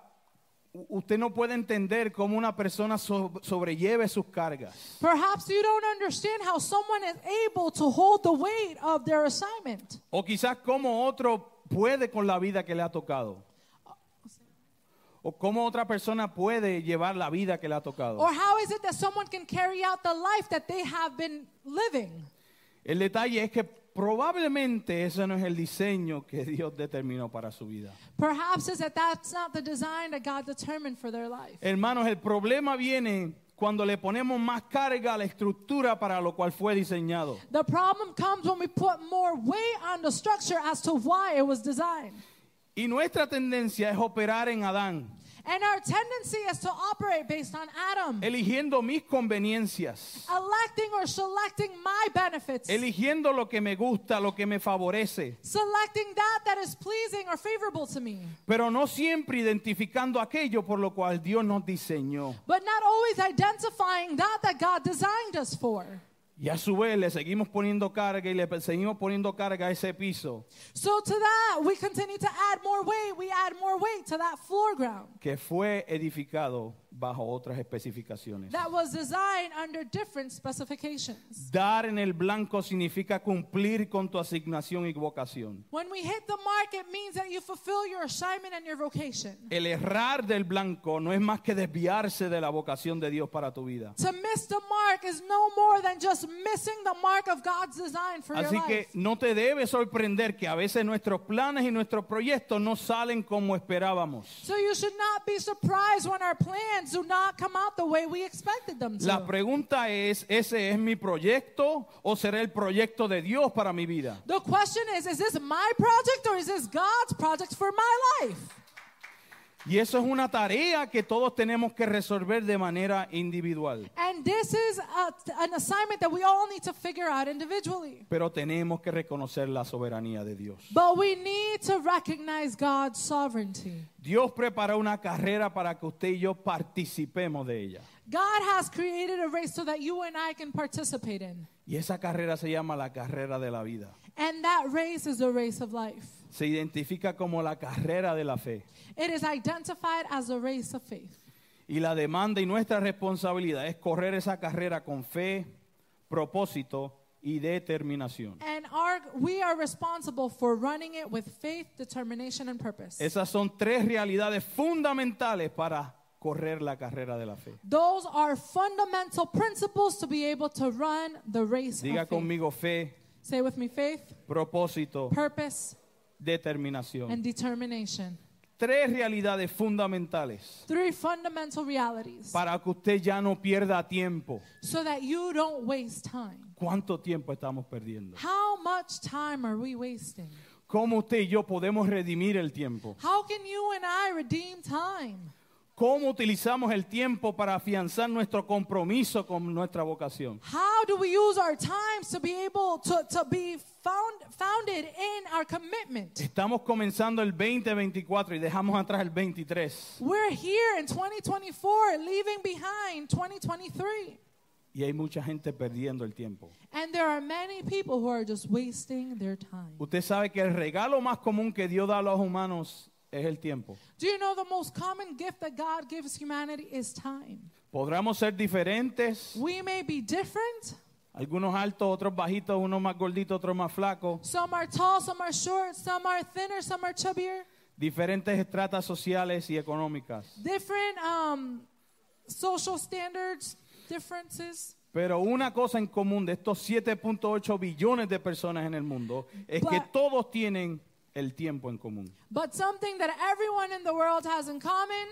u- usted no puede entender cómo una persona so- sobrelleve sus cargas. Perhaps you don't understand how someone is able to hold the weight of their assignment. O quizás cómo otro puede con la vida que le ha tocado. O cómo otra persona puede llevar la vida que le ha tocado. Or how is it that someone can carry out the life that they have been living? El detalle es que probablemente ese no es el diseño que Dios determinó para su vida. Perhaps is that that's not the design that God determined for their life. Hermanos, el problema viene cuando le ponemos más carga a la estructura para lo cual fue diseñado. The problem comes when we put more weight on the structure as to why it was designed. Y nuestra tendencia es operar en Adán. And our tendency is to operate based on Adam, eligiendo mis conveniencias, electing or selecting my benefits, eligiendo lo que me gusta, lo que me favorece, selecting that that is pleasing or favorable to me, pero no siempre identificando aquello por lo cual Dios nos diseñó. but not always identifying that that God designed us for. Y a su vez le seguimos poniendo carga y le pe- seguimos poniendo carga a ese piso So to that, we continue to add more weight. We add more weight to that floor ground que fue edificado bajo otras especificaciones. that was designed under different specifications. Dar en el blanco significa cumplir con tu asignación y vocación. When we hit the mark, it means that you fulfill your assignment and your vocation. El errar del blanco no es más que desviarse de la vocación de Dios para tu vida. To miss the mark is no more than just missing the mark of God's design for Así your que life. no te debe sorprender que a veces nuestros planes y nuestros proyectos no salen como esperábamos. So you should not be surprised when our plans do not come out the way we expected them La to. pregunta es, ¿ese es mi proyecto o será el proyecto de Dios para mi vida? The question is, is this my project or is this God's project for my life? Y eso es una tarea que todos tenemos que resolver de manera individual. And this is a, an assignment that we all need to figure out individually. Pero tenemos que reconocer la soberanía de Dios. But we need to recognize God's sovereignty. Dios prepara una carrera para que usted y yo participemos de ella. God has created a race so that you and I can participate in. Y esa carrera se llama la carrera de la vida. And that race is the race of life. Se identifica como la carrera de la fe. It is identified as a race of faith. Y la demanda y nuestra responsabilidad es correr esa carrera con fe, propósito y determinación. And our, we are responsible for running it with faith, determination, and purpose. Esas son tres realidades fundamentales para correr la carrera de la fe. Those are fundamental principles to be able to run the race Diga of faith. conmigo fe, Say with me faith, propósito, purpose, and determinación. determination. Tres realidades fundamentales Three fundamental realities para que usted ya no pierda tiempo. so that you don't waste time. ¿Cuánto tiempo estamos perdiendo? How much time are we wasting? ¿Cómo usted y yo podemos redimir el tiempo? How can you and I redeem time? ¿Cómo utilizamos el tiempo para afianzar nuestro compromiso con nuestra vocación? How do we use our times to be able to, to be found, founded in our commitment? Estamos comenzando el 2024 y dejamos atrás el 23. We're here in 2024, leaving behind 2023. Y hay mucha gente perdiendo el tiempo. And there are many people who are just wasting their time. Usted sabe que el regalo más común que Dios da a los humanos es el tiempo. Do you know the most common gift that God gives humanity is time? Podremos ser diferentes, We may be different. algunos altos, otros bajitos, unos más gorditos, otros más flacos, Some are tall, some are short, some are thinner, some are chubbier. diferentes estratas sociales y económicas. Different um, social standards, differences. Pero una cosa en común de estos 7.8 billones de personas en el mundo es que But- todos tienen el tiempo en común. But something that everyone in the world has in common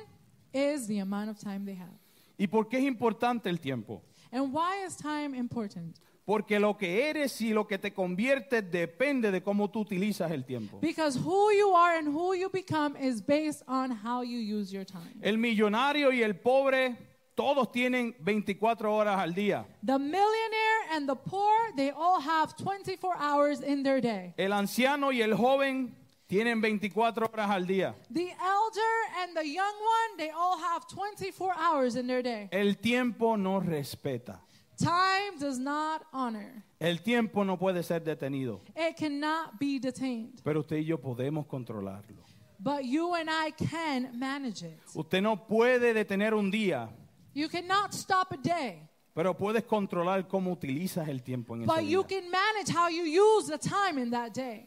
is the amount of time they have. ¿Y por qué es importante el tiempo? And why is time important? Porque lo que eres y lo que te conviertes depende de cómo tú utilizas el tiempo. Because who you are and who you become is based on how you use your time. El millonario y el pobre, todos tienen 24 horas al día. The millionaire and the poor, they all have 24 hours in their day. El anciano y el joven tienen 24 horas al día. The elder and the young one, they all have 24 hours in their day. El tiempo no respeta. Time does not honor, El tiempo no puede ser detenido. it cannot be detained. Pero usted y yo podemos controlarlo. But you and I can manage it. Usted no puede detener un día, You cannot stop a day. pero puedes controlar cómo utilizas el tiempo en ese But you día. can manage how you use the time in that day.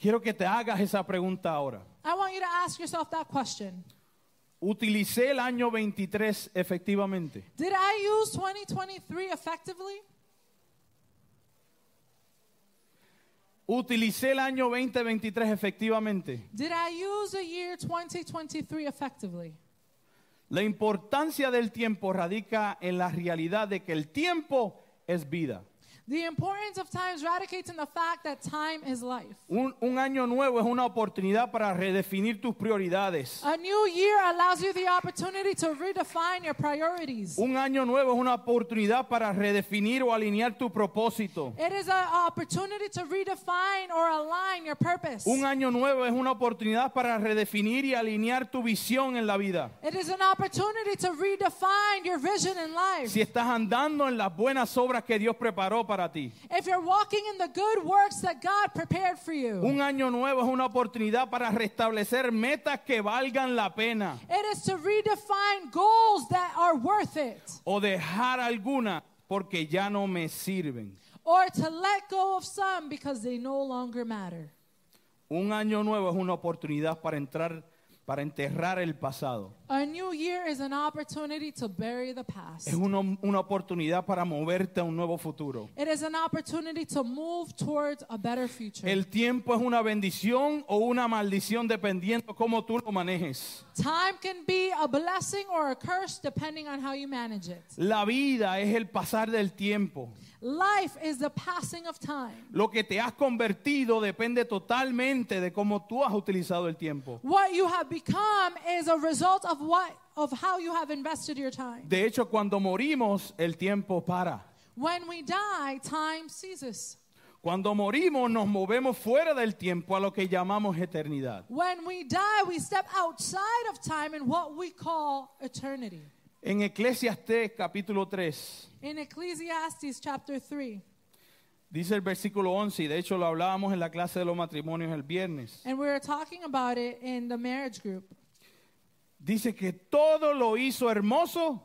Quiero que te hagas esa pregunta ahora. I want you to ask yourself that question. ¿Utilicé el año 23 efectivamente? Did I use 2023 effectively? ¿Utilicé el año 2023 efectivamente? Did I use the year 2023 effectively? La importancia del tiempo radica en la realidad de que el tiempo es vida. The importance of time radicates in the fact that time is life. Un, un año nuevo es una oportunidad para redefinir tus prioridades. A new year allows you the opportunity to redefine your priorities. Un año nuevo es una oportunidad para redefinir o alinear tu propósito. It is an opportunity to redefine or align your purpose. Un año nuevo es una oportunidad para redefinir y alinear tu visión en la vida. It is an opportunity to redefine your vision in life. Si estás andando en las buenas obras que Dios preparó para ti. If you're walking in the good works that God prepared for you, Un año nuevo es una oportunidad para restablecer metas que valgan la pena it is to redefine goals that are worth it o dejar algunas porque ya no me sirven. or to let go of some because they no longer matter. Un año nuevo es una oportunidad para entrar para enterrar el pasado. A new year is an opportunity to bury the past. Es una, una oportunidad para moverte a un nuevo futuro. It is an opportunity to move towards a better future. El tiempo es una bendición o una maldición dependiendo cómo tú lo manejes. Time can be a blessing or a curse depending on how you manage it. La vida es el pasar del tiempo. Life is the passing of time. Lo que te has convertido depende totalmente de cómo tú has utilizado el tiempo. What you have become is a result of what of how you have invested your time. De hecho, cuando morimos, el tiempo para. When we die, time ceases. Cuando morimos, nos movemos fuera del tiempo a lo que llamamos eternidad. When we die, we step outside of time in what we call eternity. En Eclesiastés capítulo 3, In Ecclesiastes chapter 3, dice el versículo 11, y de hecho lo hablábamos en la clase de los matrimonios el viernes, and we were talking about it in the marriage group. dice que todo lo hizo hermoso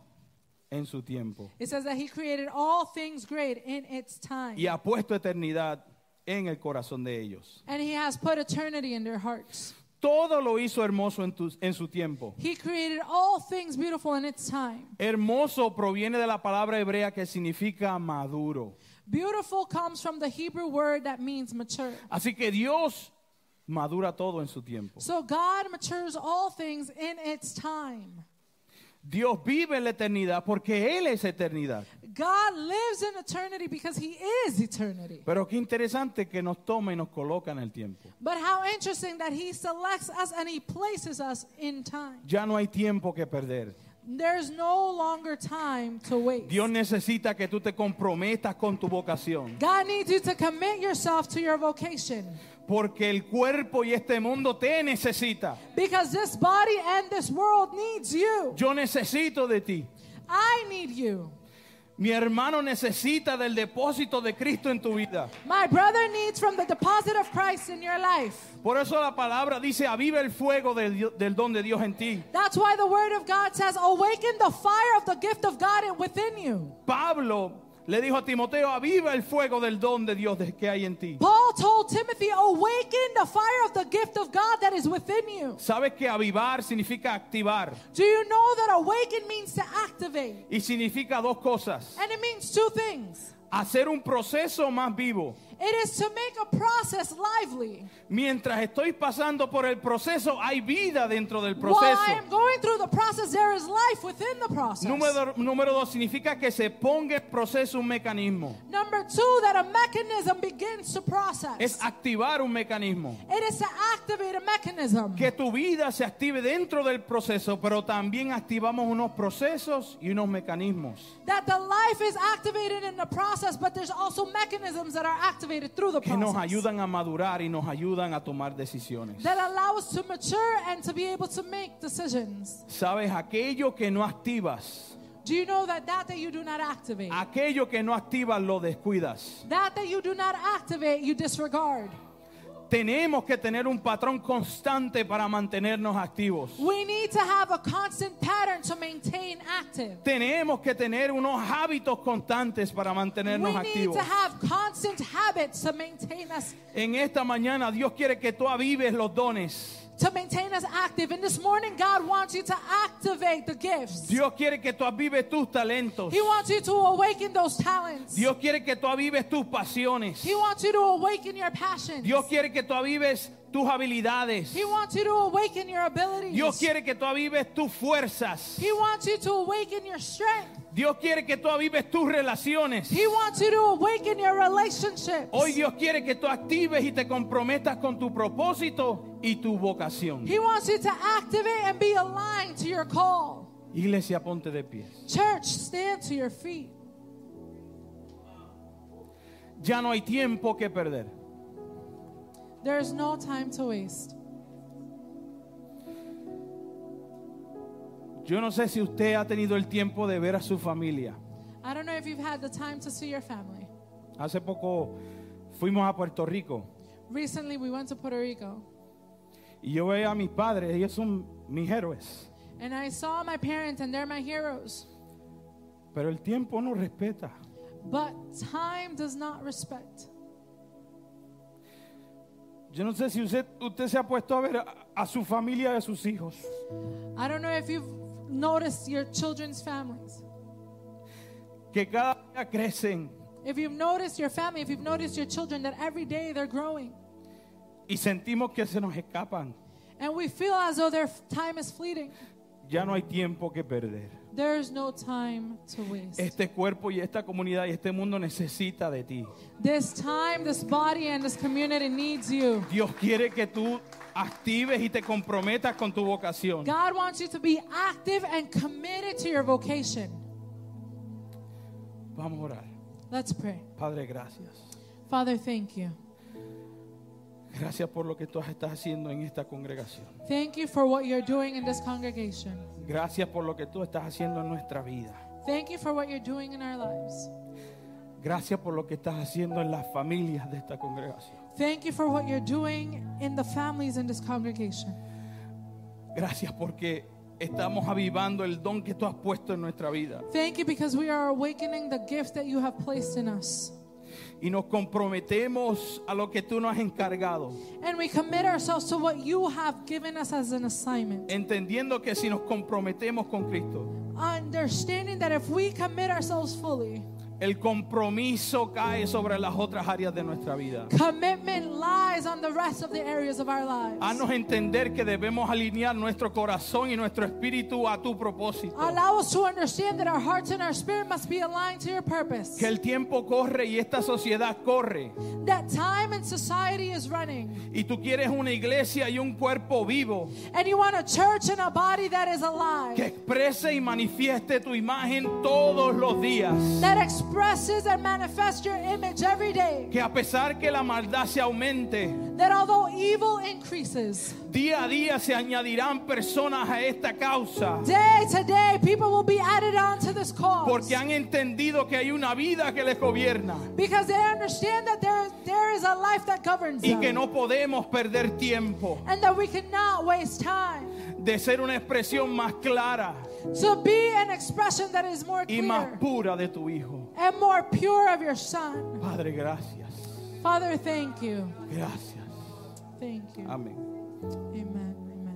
en su tiempo It says that he created all things great in its time. y ha puesto eternidad en el corazón de ellos. And he has put eternity in their hearts. Todo lo hizo hermoso en, tu- en su tiempo. He created all things beautiful in its time. Hermoso proviene de la palabra hebrea que significa maduro. Beautiful comes from the Hebrew word that means mature. Así que Dios madura todo en su tiempo. So God matures all things in its time. Dios vive en la eternidad porque Él es eternidad. God lives in eternity because he is eternity. Pero qué interesante que nos toma y nos coloca en el tiempo. But how interesting that he selects us and he places us in time. Ya no hay tiempo que perder. There's no longer time to wait. Dios necesita que tú te comprometas con tu vocación. God needs you to commit yourself to your vocation Porque el cuerpo y este mundo te necesita. because this body and this world needs you. Yo necesito de ti. I need you. Mi hermano necesita del depósito de Cristo en tu vida. My brother needs from the deposit of Christ in your life. Por eso la palabra dice, aviva el fuego del, Dio- del don de Dios en ti. That's why the word of God says, awaken the fire of the gift of God in- within you. Pablo le dijo a Timoteo, aviva el fuego del don de Dios de- que hay en ti. Paul told Timothy, awaken the fire of the gift of God that is within you. Sabes que avivar significa activar Do you know that awaken means to activate? y significa dos cosas. And it means two things. Hacer un proceso más vivo. It is to make a process lively. Mientras estoy pasando por el proceso, hay vida dentro del While proceso. I am going through the process, there is life within the process. Número, número dos significa que se ponga en proceso un mecanismo. Number two, that a mechanism begins to process. Es activar un mecanismo. It is to activate a mechanism. Que tu vida se active dentro del proceso, pero también activamos unos procesos y unos mecanismos. that the life is activated in the process, but there's also mechanisms that are activated through the que nos process ayudan a madurar y nos ayudan a tomar decisiones. that allow us to mature and to be able to make decisions. Sabes, aquello que no activas, Do you know that that that you do not activate, aquello que no activas lo descuidas. that that you do not activate, you disregard? Tenemos que tener un patrón constante para mantenernos activos. We need to have a constant pattern to maintain active. Tenemos que tener unos hábitos constantes para We mantenernos need activos. to have constant habits to maintain us En esta mañana Dios quiere que tú avives los dones. to maintain us active. And this morning, God wants you to activate the gifts. Dios quiere que tú avives tus talentos. He wants you to awaken those talents. Dios quiere que tú avives tus pasiones. He wants you to awaken your passions. Dios quiere que tú avives tus habilidades. He wants you to awaken your abilities. Dios quiere que tú avives tus fuerzas. He wants you to awaken your strength. Dios quiere que tú avives tus relaciones. He wants you to awaken your relationships. Hoy Dios quiere que tú actives y te comprometas con tu propósito y tu vocación. He wants you to activate and be aligned to your call. Iglesia, ponte de pie. Church, stand to your feet. Ya no hay tiempo que perder. There is no time to waste. Yo no sé si usted ha tenido el tiempo de ver a su familia. I don't know if you've had the time to see your family. Hace poco fuimos a Puerto Rico Recently, we went to Puerto Rico, y yo veía a mis padres, ellos son mis héroes. and I saw my parents, and they're my heroes. Pero el tiempo no respeta. But time does not respect. Yo no sé si usted, usted se ha puesto a ver a, a su familia y a sus hijos. I don't know if you've noticed your children's families. que cada día crecen If you've noticed your family, if you've noticed your children, that every day they're growing. y sentimos que se nos escapan. And we feel as though their f- time is fleeting. Ya no hay tiempo que perder. There is no time to waste. Este cuerpo y esta comunidad y este mundo necesita de ti. This time, this body, and this community needs you. Dios quiere que tú actives y te comprometas con tu vocación. God wants you to be active and committed to your vocation. Vamos a orar. Let's pray. Padre, gracias. Father, thank you. Gracias por lo que tú estás haciendo en esta congregación. Thank you for what you're doing in this congregation. Gracias por lo que tú estás haciendo en nuestra vida. Thank you for what you're doing in our lives. Gracias por lo que estás haciendo en las familias de esta congregación. Thank you for what you're doing in the families in this congregation. Gracias porque estamos avivando el don que tú has puesto en nuestra vida. Thank you because we are awakening the gift that you have placed in us. y nos comprometemos a lo que tú nos has encargado, And we commit ourselves to what you have given us as an assignment. entendiendo que si nos comprometemos con Cristo, Understanding that if we commit ourselves fully, el compromiso cae sobre las otras áreas de nuestra vida. commitment lies on the rest of the areas of our lives. Haznos entender que debemos alinear nuestro corazón y nuestro espíritu a tu propósito. Allow us to understand that our hearts and our spirit must be aligned to your purpose. Que el tiempo corre y esta sociedad corre. That time and society is running, Y tú quieres una iglesia y un cuerpo vivo and you want a church and a body that is alive. que exprese y manifieste tu imagen todos los días. that expresses and manifests your image every day. Que a pesar que la maldad se aumente, That although evil increases, Día a día se añadirán personas a esta causa day to day people will be added on to this cause. porque han entendido que hay una vida que les gobierna because they understand that there, there is a life that governs y them. que no podemos perder tiempo and that we cannot waste time de ser una expresión más clara to be an expression that is more y clear más pura de tu Hijo. and more pure of your son. Padre, gracias. Father, thank you. Gracias. Thank you. Amén. Amen.